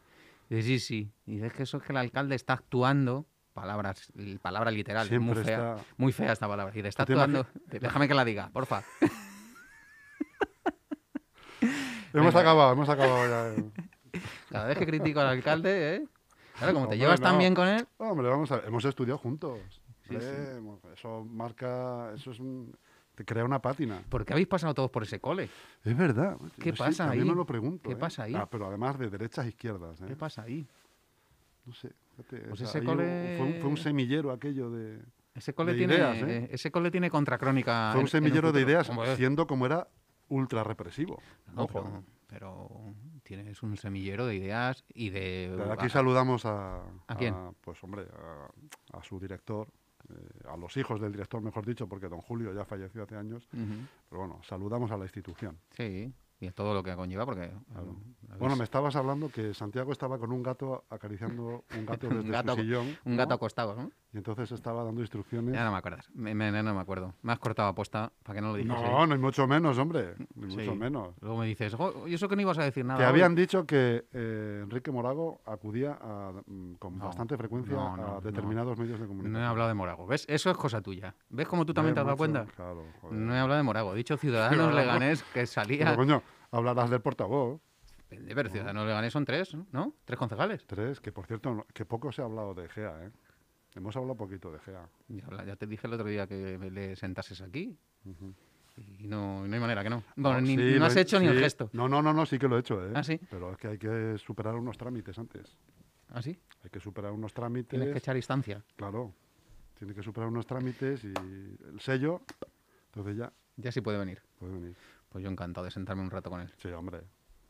Speaker 2: Dice, sí, sí. Dice, es que eso es que el alcalde está actuando, palabras, l- palabra literal, muy
Speaker 1: Siempre
Speaker 2: fea,
Speaker 1: está-
Speaker 2: muy fea esta palabra. Dice, está
Speaker 1: ¿Tú te imagi-
Speaker 2: actuando, déjame que la diga, porfa.
Speaker 1: Hemos
Speaker 2: Venga.
Speaker 1: acabado, hemos acabado ya.
Speaker 2: *laughs*
Speaker 1: eh.
Speaker 2: Cada vez que critico al alcalde, ¿eh? Claro, como te
Speaker 1: Hombre,
Speaker 2: llevas tan
Speaker 1: no.
Speaker 2: bien con él,
Speaker 1: Hombre, vamos a ver, hemos estudiado juntos.
Speaker 2: Sí,
Speaker 1: Hombre, hemos- Eso marca, eso es un- te crea una pátina.
Speaker 2: ¿por qué habéis pasado todos por ese cole?
Speaker 1: Es verdad. macho,
Speaker 2: ¿Qué
Speaker 1: yo
Speaker 2: pasa
Speaker 1: también
Speaker 2: ahí?
Speaker 1: me lo pregunto.
Speaker 2: ¿Qué
Speaker 1: eh.
Speaker 2: pasa ahí?
Speaker 1: Ah, pero además de derechas a izquierdas. eh.
Speaker 2: ¿Qué pasa ahí?
Speaker 1: No sé. fíjate,
Speaker 2: Pues
Speaker 1: o sea,
Speaker 2: ese
Speaker 1: ahí hubo-
Speaker 2: cole-
Speaker 1: fue, un, fue un semillero aquello de.
Speaker 2: Ese cole,
Speaker 1: de
Speaker 2: tiene,
Speaker 1: ideas, ¿eh?
Speaker 2: eh, ese cole tiene contracrónica.
Speaker 1: Fue
Speaker 2: Ah, en- en
Speaker 1: un semillero de
Speaker 2: futuro.
Speaker 1: ideas,
Speaker 2: Hombre,
Speaker 1: siendo como era ultra represivo.
Speaker 2: no,
Speaker 1: Ojo. ¿eh?
Speaker 2: pero, pero tienes un semillero de ideas y de.
Speaker 1: Desde aquí
Speaker 2: ah,
Speaker 1: saludamos a,
Speaker 2: ¿A quién?
Speaker 1: pues hombre, a, a su director, eh, a los hijos del director, mejor dicho, porque don Julio ya falleció hace años.
Speaker 2: ujú,
Speaker 1: Pero bueno, saludamos a la institución.
Speaker 2: Sí, y es todo lo que conlleva, porque. a ver,
Speaker 1: Bueno,
Speaker 2: es
Speaker 1: me estabas hablando que Santiago estaba con un gato acariciando un
Speaker 2: *laughs*
Speaker 1: gato desde
Speaker 2: un gato,
Speaker 1: su sillón.
Speaker 2: un
Speaker 1: ¿no?
Speaker 2: gato acostado, ¿no?
Speaker 1: Y entonces estaba dando instrucciones.
Speaker 2: Ya no me acuerdas. Me, me- no me acuerdo. Me has cortado aposta para que no lo dijese.
Speaker 1: no, no, hay mucho menos, hombre. Ni mucho
Speaker 2: Sí.
Speaker 1: menos.
Speaker 2: Luego me dices, "Jo, ¿y eso que no ibas a decir nada?
Speaker 1: Que
Speaker 2: hoy".
Speaker 1: habían dicho que eh, Enrique Morago acudía a, mm, con
Speaker 2: No,
Speaker 1: bastante frecuencia
Speaker 2: no, no,
Speaker 1: a
Speaker 2: no.
Speaker 1: determinados medios de comunicación.
Speaker 2: No he hablado de Morago. ¿Ves? Eso es cosa tuya. ¿Ves cómo tú también te has dado
Speaker 1: Joder,
Speaker 2: cuenta?
Speaker 1: macho, Claro, joder.
Speaker 2: No he hablado de Morago.
Speaker 1: *laughs*
Speaker 2: He dicho Ciudadanos
Speaker 1: Ciudadanos.
Speaker 2: Leganés que
Speaker 1: Pero,
Speaker 2: salía.
Speaker 1: coño, hablarás del portavoz.
Speaker 2: Depende, pero Ciudadanos Leganés son tres, ¿no? Tres concejales.
Speaker 1: Tres, que por cierto, no- que poco se ha hablado de GEA, ¿eh? Hemos hablado poquito de GEA.
Speaker 2: Ya, habla- ya te dije el otro día que le sentases aquí. Y no, y no hay manera que no.
Speaker 1: No,
Speaker 2: Bueno, ni,
Speaker 1: sí,
Speaker 2: no
Speaker 1: lo
Speaker 2: has
Speaker 1: he-
Speaker 2: hecho ni el
Speaker 1: sí.
Speaker 2: gesto.
Speaker 1: No, no, no, no, sí que lo he hecho, ¿eh?
Speaker 2: Ah, ¿sí?
Speaker 1: Pero es que hay que superar unos trámites antes.
Speaker 2: ¿Ah, sí?
Speaker 1: Hay que superar unos
Speaker 2: Tienes
Speaker 1: trámites.
Speaker 2: que echar distancia.
Speaker 1: Claro. Tiene que superar unos trámites y el sello. Entonces ya
Speaker 2: Ya sí puede venir.
Speaker 1: puede venir.
Speaker 2: Pues yo encantado de sentarme un rato con él.
Speaker 1: Sí, hombre.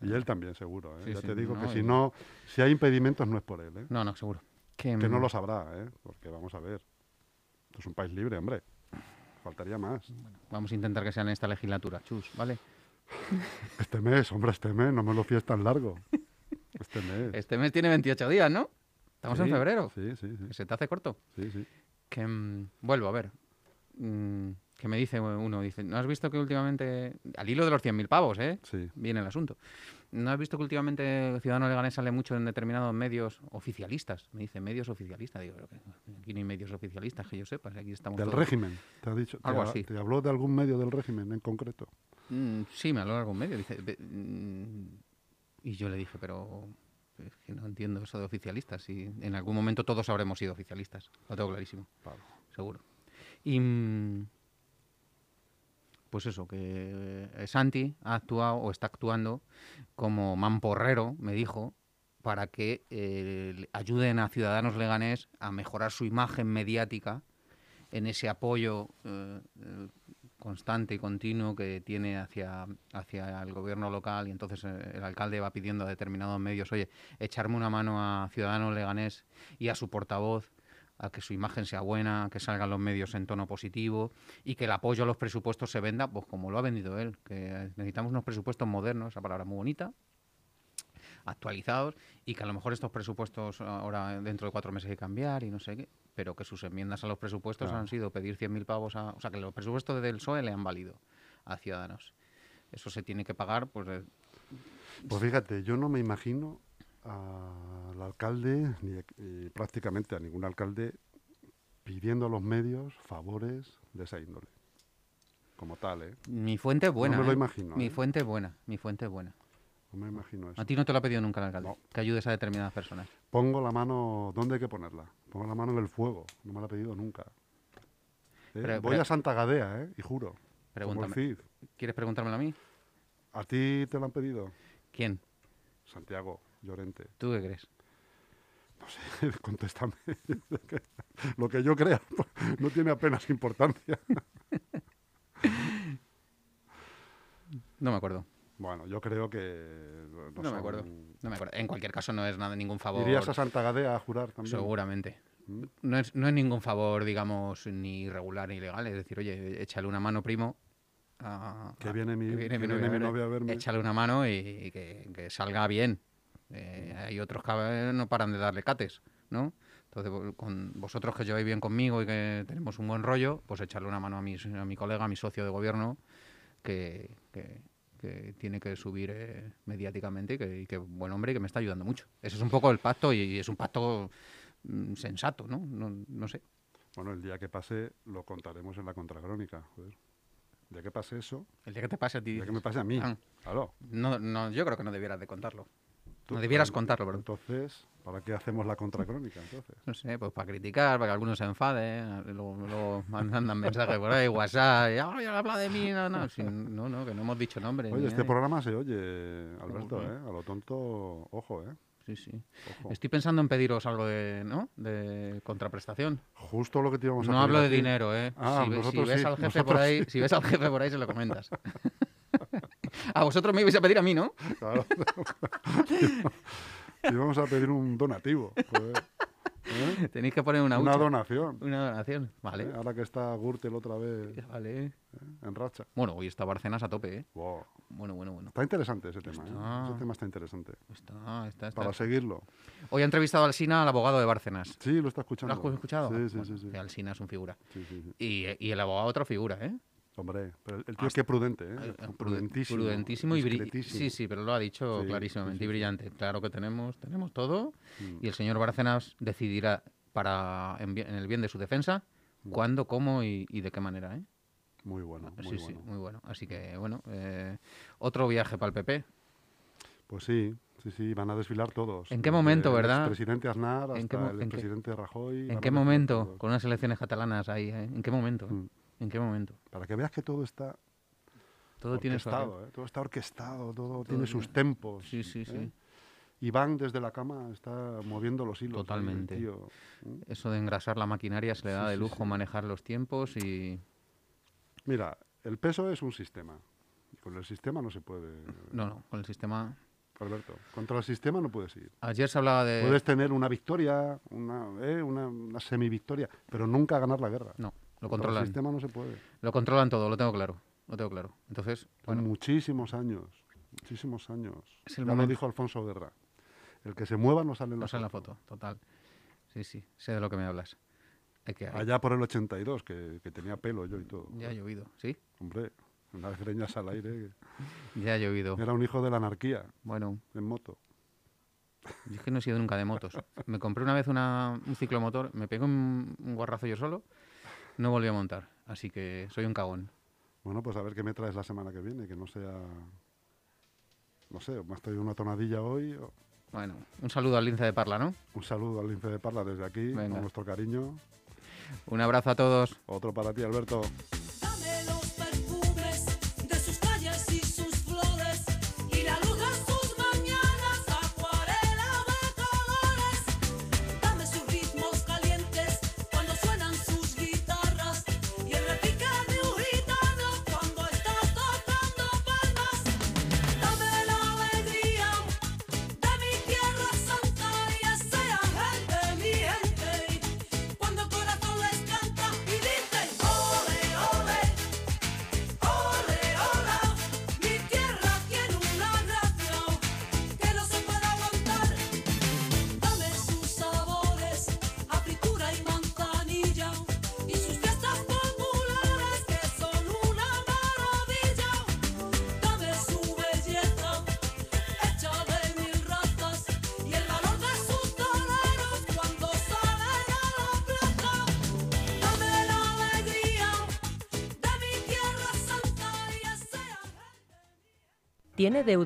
Speaker 1: Y él también, seguro. ¿eh?
Speaker 2: Sí,
Speaker 1: ya
Speaker 2: sí,
Speaker 1: te digo
Speaker 2: no,
Speaker 1: que si
Speaker 2: y-
Speaker 1: no, si hay impedimentos no es por él, ¿eh?
Speaker 2: No, no, seguro.
Speaker 1: Que no
Speaker 2: mm,
Speaker 1: lo sabrá, ¿eh? Porque vamos a ver. Esto es un país libre, hombre. Faltaría más.
Speaker 2: Vamos a intentar que sea en esta legislatura, chus, ¿vale?
Speaker 1: Este mes, hombre, este mes, no me lo fíes tan largo. Este mes.
Speaker 2: Este mes tiene 28 días, ¿no? Estamos en
Speaker 1: Sí,
Speaker 2: febrero.
Speaker 1: Sí, sí, sí.
Speaker 2: Que se te hace corto.
Speaker 1: sí, sí.
Speaker 2: Que mm, vuelvo, a ver. Mm, que me dice uno, dice, ¿no has visto que últimamente, al hilo de los 100.000 pavos, eh?
Speaker 1: Sí.
Speaker 2: Viene el asunto. ¿No has visto que últimamente Ciudadano Leganés sale mucho en determinados medios oficialistas? Me dice, medios oficialistas. Digo, pero que aquí no hay medios oficialistas, que yo sepa. si Aquí estamos
Speaker 1: Del
Speaker 2: todos-
Speaker 1: régimen, te ha dicho. te
Speaker 2: Algo
Speaker 1: ha-
Speaker 2: así.
Speaker 1: Te habló de algún medio del régimen en concreto.
Speaker 2: Mm, sí, me habló de algún medio. Dice, "Ve- mm". y yo le dije, pero es que no entiendo eso de oficialistas. Y en algún momento todos habremos sido oficialistas. Lo tengo clarísimo. Seguro. Y. mm, Pues eso, que eh, Santi ha actuado o está actuando como mamporrero, me dijo, para que eh, le- ayuden a Ciudadanos Leganés a mejorar su imagen mediática en ese apoyo eh, eh, constante y continuo que tiene hacia, hacia el gobierno local y entonces eh, el alcalde va pidiendo a determinados medios, oye, echarme una mano a Ciudadanos Leganés y a su portavoz a que su imagen sea buena, a que salgan los medios en tono positivo y que el apoyo a los presupuestos se venda, pues como lo ha vendido él, que necesitamos unos presupuestos modernos, esa palabra es muy bonita, actualizados y que a lo mejor estos presupuestos ahora dentro de cuatro meses hay que cambiar y no sé qué, pero que sus enmiendas a los presupuestos
Speaker 1: Claro.
Speaker 2: han sido pedir 100.000 pavos a... O sea, que los presupuestos del PSOE le han valido a Ciudadanos. Eso se tiene que pagar, pues... eh,
Speaker 1: Pues fíjate, yo no me imagino al alcalde, ni, ni prácticamente a ningún alcalde, pidiendo a los medios favores de esa índole. Como tal, ¿eh?
Speaker 2: mi fuente es buena.
Speaker 1: me lo
Speaker 2: ¿eh?
Speaker 1: imagino,
Speaker 2: Mi
Speaker 1: ¿eh?
Speaker 2: fuente es buena, mi fuente es buena.
Speaker 1: No me imagino eso.
Speaker 2: A ti no te lo ha pedido nunca el alcalde,
Speaker 1: No.
Speaker 2: que ayudes a determinadas personas.
Speaker 1: Pongo la mano, ¿dónde hay que ponerla? Pongo la mano en el fuego, no me la ha pedido nunca. ¿Eh?
Speaker 2: Pero-
Speaker 1: Voy
Speaker 2: pero-
Speaker 1: a Santa Gadea, ¿eh? Y juro. como el
Speaker 2: Pregúntame.
Speaker 1: Cid.
Speaker 2: ¿Quieres preguntármelo a mí?
Speaker 1: ¿A ti te lo han pedido?
Speaker 2: ¿Quién?
Speaker 1: Santiago, Llorente.
Speaker 2: ¿Tú qué crees?
Speaker 1: *laughs* Contéstame. Lo que yo crea *laughs* no tiene apenas importancia.
Speaker 2: No me acuerdo.
Speaker 1: Bueno, yo creo que. No,
Speaker 2: No, me
Speaker 1: son-
Speaker 2: acuerdo. No me acuerdo. En cualquier caso no es nada ningún favor.
Speaker 1: ¿Irías a Santa Gadea a jurar también?
Speaker 2: Seguramente.
Speaker 1: ¿Mm?
Speaker 2: No es, no es ningún favor, digamos, ni regular ni legal. Es decir, oye, échale una mano, primo. a-
Speaker 1: Que
Speaker 2: a-
Speaker 1: viene mi- que viene mi novia a verme.
Speaker 2: Échale una mano y, y que, que salga bien.
Speaker 1: Mm.
Speaker 2: Eh, hay otros que eh, no paran de darle cates, ¿no? Entonces, vo- con vosotros que lleváis bien conmigo y que tenemos un buen rollo, pues echarle una mano a, mis- a mi colega, a mi socio de gobierno, que, que- que tiene que subir eh, mediáticamente y que, y que buen hombre y que me está ayudando mucho. Ese es un poco el pacto y, y es un pacto mm, sensato, ¿no? No, no sé.
Speaker 1: Bueno, el día que pase lo contaremos en la contracrónica. Joder. El día que pase eso,
Speaker 2: El día que te pase a
Speaker 1: el
Speaker 2: ti...
Speaker 1: día que me pase a mí.
Speaker 2: Ah.
Speaker 1: Claro.
Speaker 2: No, no, yo creo que no debieras de contarlo.
Speaker 1: Tú-
Speaker 2: no debieras
Speaker 1: pero-
Speaker 2: contarlo, perdón.
Speaker 1: Entonces, ¿para qué hacemos la contracrónica entonces?
Speaker 2: No sé, pues para criticar, para que algunos se enfaden, luego, luego mandan mensajes por ahí, WhatsApp, y, "Ay, habla de mí, no, no, si- no, no, que no hemos dicho nombres.
Speaker 1: Oye,
Speaker 2: ni
Speaker 1: este
Speaker 2: nada.
Speaker 1: programa se oye, Alberto,
Speaker 2: Ujú.
Speaker 1: ¿eh? A lo tonto, ojo, ¿eh?
Speaker 2: Sí, sí.
Speaker 1: Ojo.
Speaker 2: Estoy pensando en pediros algo de, ¿no? de contraprestación.
Speaker 1: Justo lo que te íbamos a
Speaker 2: No
Speaker 1: pedir
Speaker 2: hablo
Speaker 1: a
Speaker 2: de
Speaker 1: ti.
Speaker 2: dinero, ¿eh?
Speaker 1: Ah,
Speaker 2: si, ve- si
Speaker 1: nosotros
Speaker 2: ves
Speaker 1: sí,
Speaker 2: al jefe por
Speaker 1: nosotros
Speaker 2: ahí, si ves al jefe por ahí, se lo comentas. *laughs* a vosotros me ibais a pedir a mí, ¿no?
Speaker 1: Claro. *laughs* Te íbamos a pedir un donativo. joder. ¿Eh?
Speaker 2: Tenéis que poner una
Speaker 1: Una
Speaker 2: hucha,
Speaker 1: donación.
Speaker 2: una donación. Vale,
Speaker 1: ¿eh? Ahora que está Gürtel otra vez
Speaker 2: vale.
Speaker 1: en racha.
Speaker 2: Bueno, hoy está Barcenas a tope, ¿eh?
Speaker 1: Buah.
Speaker 2: Bueno, bueno, bueno.
Speaker 1: Está interesante ese tema,
Speaker 2: Está.
Speaker 1: ¿eh? Ese tema está interesante.
Speaker 2: Está, está, está.
Speaker 1: Para seguirlo.
Speaker 2: Hoy ha entrevistado al Sina al abogado de Bárcenas.
Speaker 1: Sí, lo está
Speaker 2: ¿Lo
Speaker 1: escuchando.
Speaker 2: has escuchado?
Speaker 1: Sí, sí,
Speaker 2: Bueno,
Speaker 1: sí, sí.
Speaker 2: que Alsina es un figura.
Speaker 1: Sí, sí, sí.
Speaker 2: Y, y el abogado otra figura, ¿eh?
Speaker 1: Hombre, pero el el tío es que prudente, ¿eh?
Speaker 2: Pruden-
Speaker 1: Prudentísimo.
Speaker 2: Ah, Prudentísimo y bri-
Speaker 1: discretísimo.
Speaker 2: Sí, sí, pero lo ha dicho
Speaker 1: Sí,
Speaker 2: clarísimamente
Speaker 1: sí, sí,
Speaker 2: y
Speaker 1: sí.
Speaker 2: brillante. Claro que tenemos, tenemos todo.
Speaker 1: Mm.
Speaker 2: Y el señor Bárcenas decidirá para en, bien- en el bien de su defensa cuándo, cómo y, y de qué manera, ¿eh?
Speaker 1: Muy bueno, muy
Speaker 2: sí, sí,
Speaker 1: bueno.
Speaker 2: muy bueno. Así que, bueno, eh, otro viaje para el PP.
Speaker 1: Pues sí, sí, sí, van a desfilar todos.
Speaker 2: ¿En qué
Speaker 1: Desde
Speaker 2: momento,
Speaker 1: el
Speaker 2: verdad?
Speaker 1: expresidente Aznar
Speaker 2: ¿En
Speaker 1: hasta
Speaker 2: qué mo- en
Speaker 1: el
Speaker 2: qué-
Speaker 1: expresidente Rajoy. van
Speaker 2: ¿En
Speaker 1: a
Speaker 2: qué
Speaker 1: desfilar
Speaker 2: momento?
Speaker 1: todos.
Speaker 2: Con unas elecciones catalanas ahí, ¿eh? ¿En qué momento? eh?
Speaker 1: Mm.
Speaker 2: ¿En qué momento?
Speaker 1: Para que veas que todo está
Speaker 2: Todo tiene su
Speaker 1: orquestado,
Speaker 2: aquel.
Speaker 1: ¿eh? Todo está orquestado, todo, tiene sus
Speaker 2: tiene-
Speaker 1: tempos.
Speaker 2: Sí, sí, sí.
Speaker 1: ¿eh? Iván desde la cama está moviendo los hilos. ahí, el
Speaker 2: Totalmente.
Speaker 1: tío.
Speaker 2: Eso de engrasar la maquinaria se le da
Speaker 1: Sí,
Speaker 2: de
Speaker 1: sí, sí.
Speaker 2: lujo manejar los tiempos y
Speaker 1: Mira, el peso es un sistema. Y con el sistema no se puede,
Speaker 2: no, no, con el sistema.
Speaker 1: Alberto. Contra el sistema no puedes ir.
Speaker 2: Ayer se hablaba de
Speaker 1: Puedes tener una victoria, una, eh, una, una semivictoria, pero nunca ganar la guerra.
Speaker 2: no, lo
Speaker 1: Contra el
Speaker 2: controlan.
Speaker 1: sistema no se puede.
Speaker 2: Lo controlan todo, lo tengo claro. Lo tengo claro. Entonces, bueno,
Speaker 1: Muchísimos años. Muchísimos años.
Speaker 2: Es
Speaker 1: ya
Speaker 2: el
Speaker 1: lo
Speaker 2: momento.
Speaker 1: dijo Alfonso Guerra. El que se mueva no sale en la,
Speaker 2: no sale en la
Speaker 1: foto.
Speaker 2: foto, total. Sí, sí, sé de lo que me hablas. Es que hay-
Speaker 1: Allá por el 82, que, que tenía pelo yo y todo.
Speaker 2: ya ha llovido, ¿sí?
Speaker 1: Hombre, unas greñas al
Speaker 2: *laughs*
Speaker 1: aire.
Speaker 2: Ya ha llovido.
Speaker 1: Era un hijo de la anarquía,
Speaker 2: Bueno,
Speaker 1: en moto.
Speaker 2: yo es que no he sido nunca de motos. Me compré una vez una- un ciclomotor, me pegó un, un guarrazo yo solo, no volví a montar. Así que soy un cagón.
Speaker 1: Bueno, pues a ver qué me traes la semana que viene, que no sea... No sé, me has traído una tonadilla hoy. o-
Speaker 2: Bueno, un saludo al lince de Parla, ¿no?
Speaker 1: Un saludo al lince de Parla desde aquí,
Speaker 2: Venga.
Speaker 1: con nuestro cariño.
Speaker 2: Un abrazo a todos.
Speaker 1: Otro para ti, Alberto.
Speaker 3: Dame los perfumes de sus calles y sus flores y la luz de sus mañanas, acuarela de colores. Dame sus ritmos calientes cuando suenan sus guitarras y el repique de un gitano cuando está tocando palmas. Dame la alegría de mi tierra santa y ese ángel de mi gente. Cuando el corazón les canta y dicen ole, ole, ole, hola. Mi tierra tiene una gracia que no se puede aguantar. Dame sus sabores, apritura y manzanilla y sus fiestas populares que son una maravilla. Dame su belleza, hecha de mil ratas y el valor de sus toreros cuando salen a la plaza. Dame la alegría de mi tierra santa y ese ángel de mi-
Speaker 4: ¿Tiene deuda?